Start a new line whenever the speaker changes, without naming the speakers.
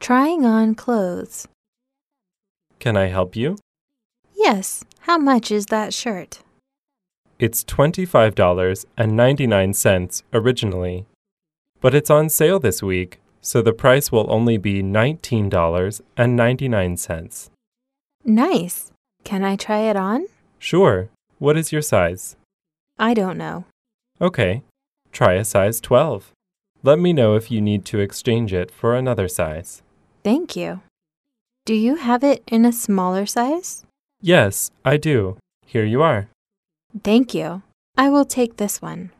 Trying on clothes.
Can I help you?
Yes, how much is that shirt?
It's $25.99 originally. But it's on sale this week, so the price will only be $19.99.
Nice. Can I try it on?
Sure. What is your size?
I don't know.
Okay. Try a size 12. Let me know if you need to exchange it for another size.
Thank you. Do you have it in a smaller size?
Yes, I do. Here you are.
Thank you. I will take this one.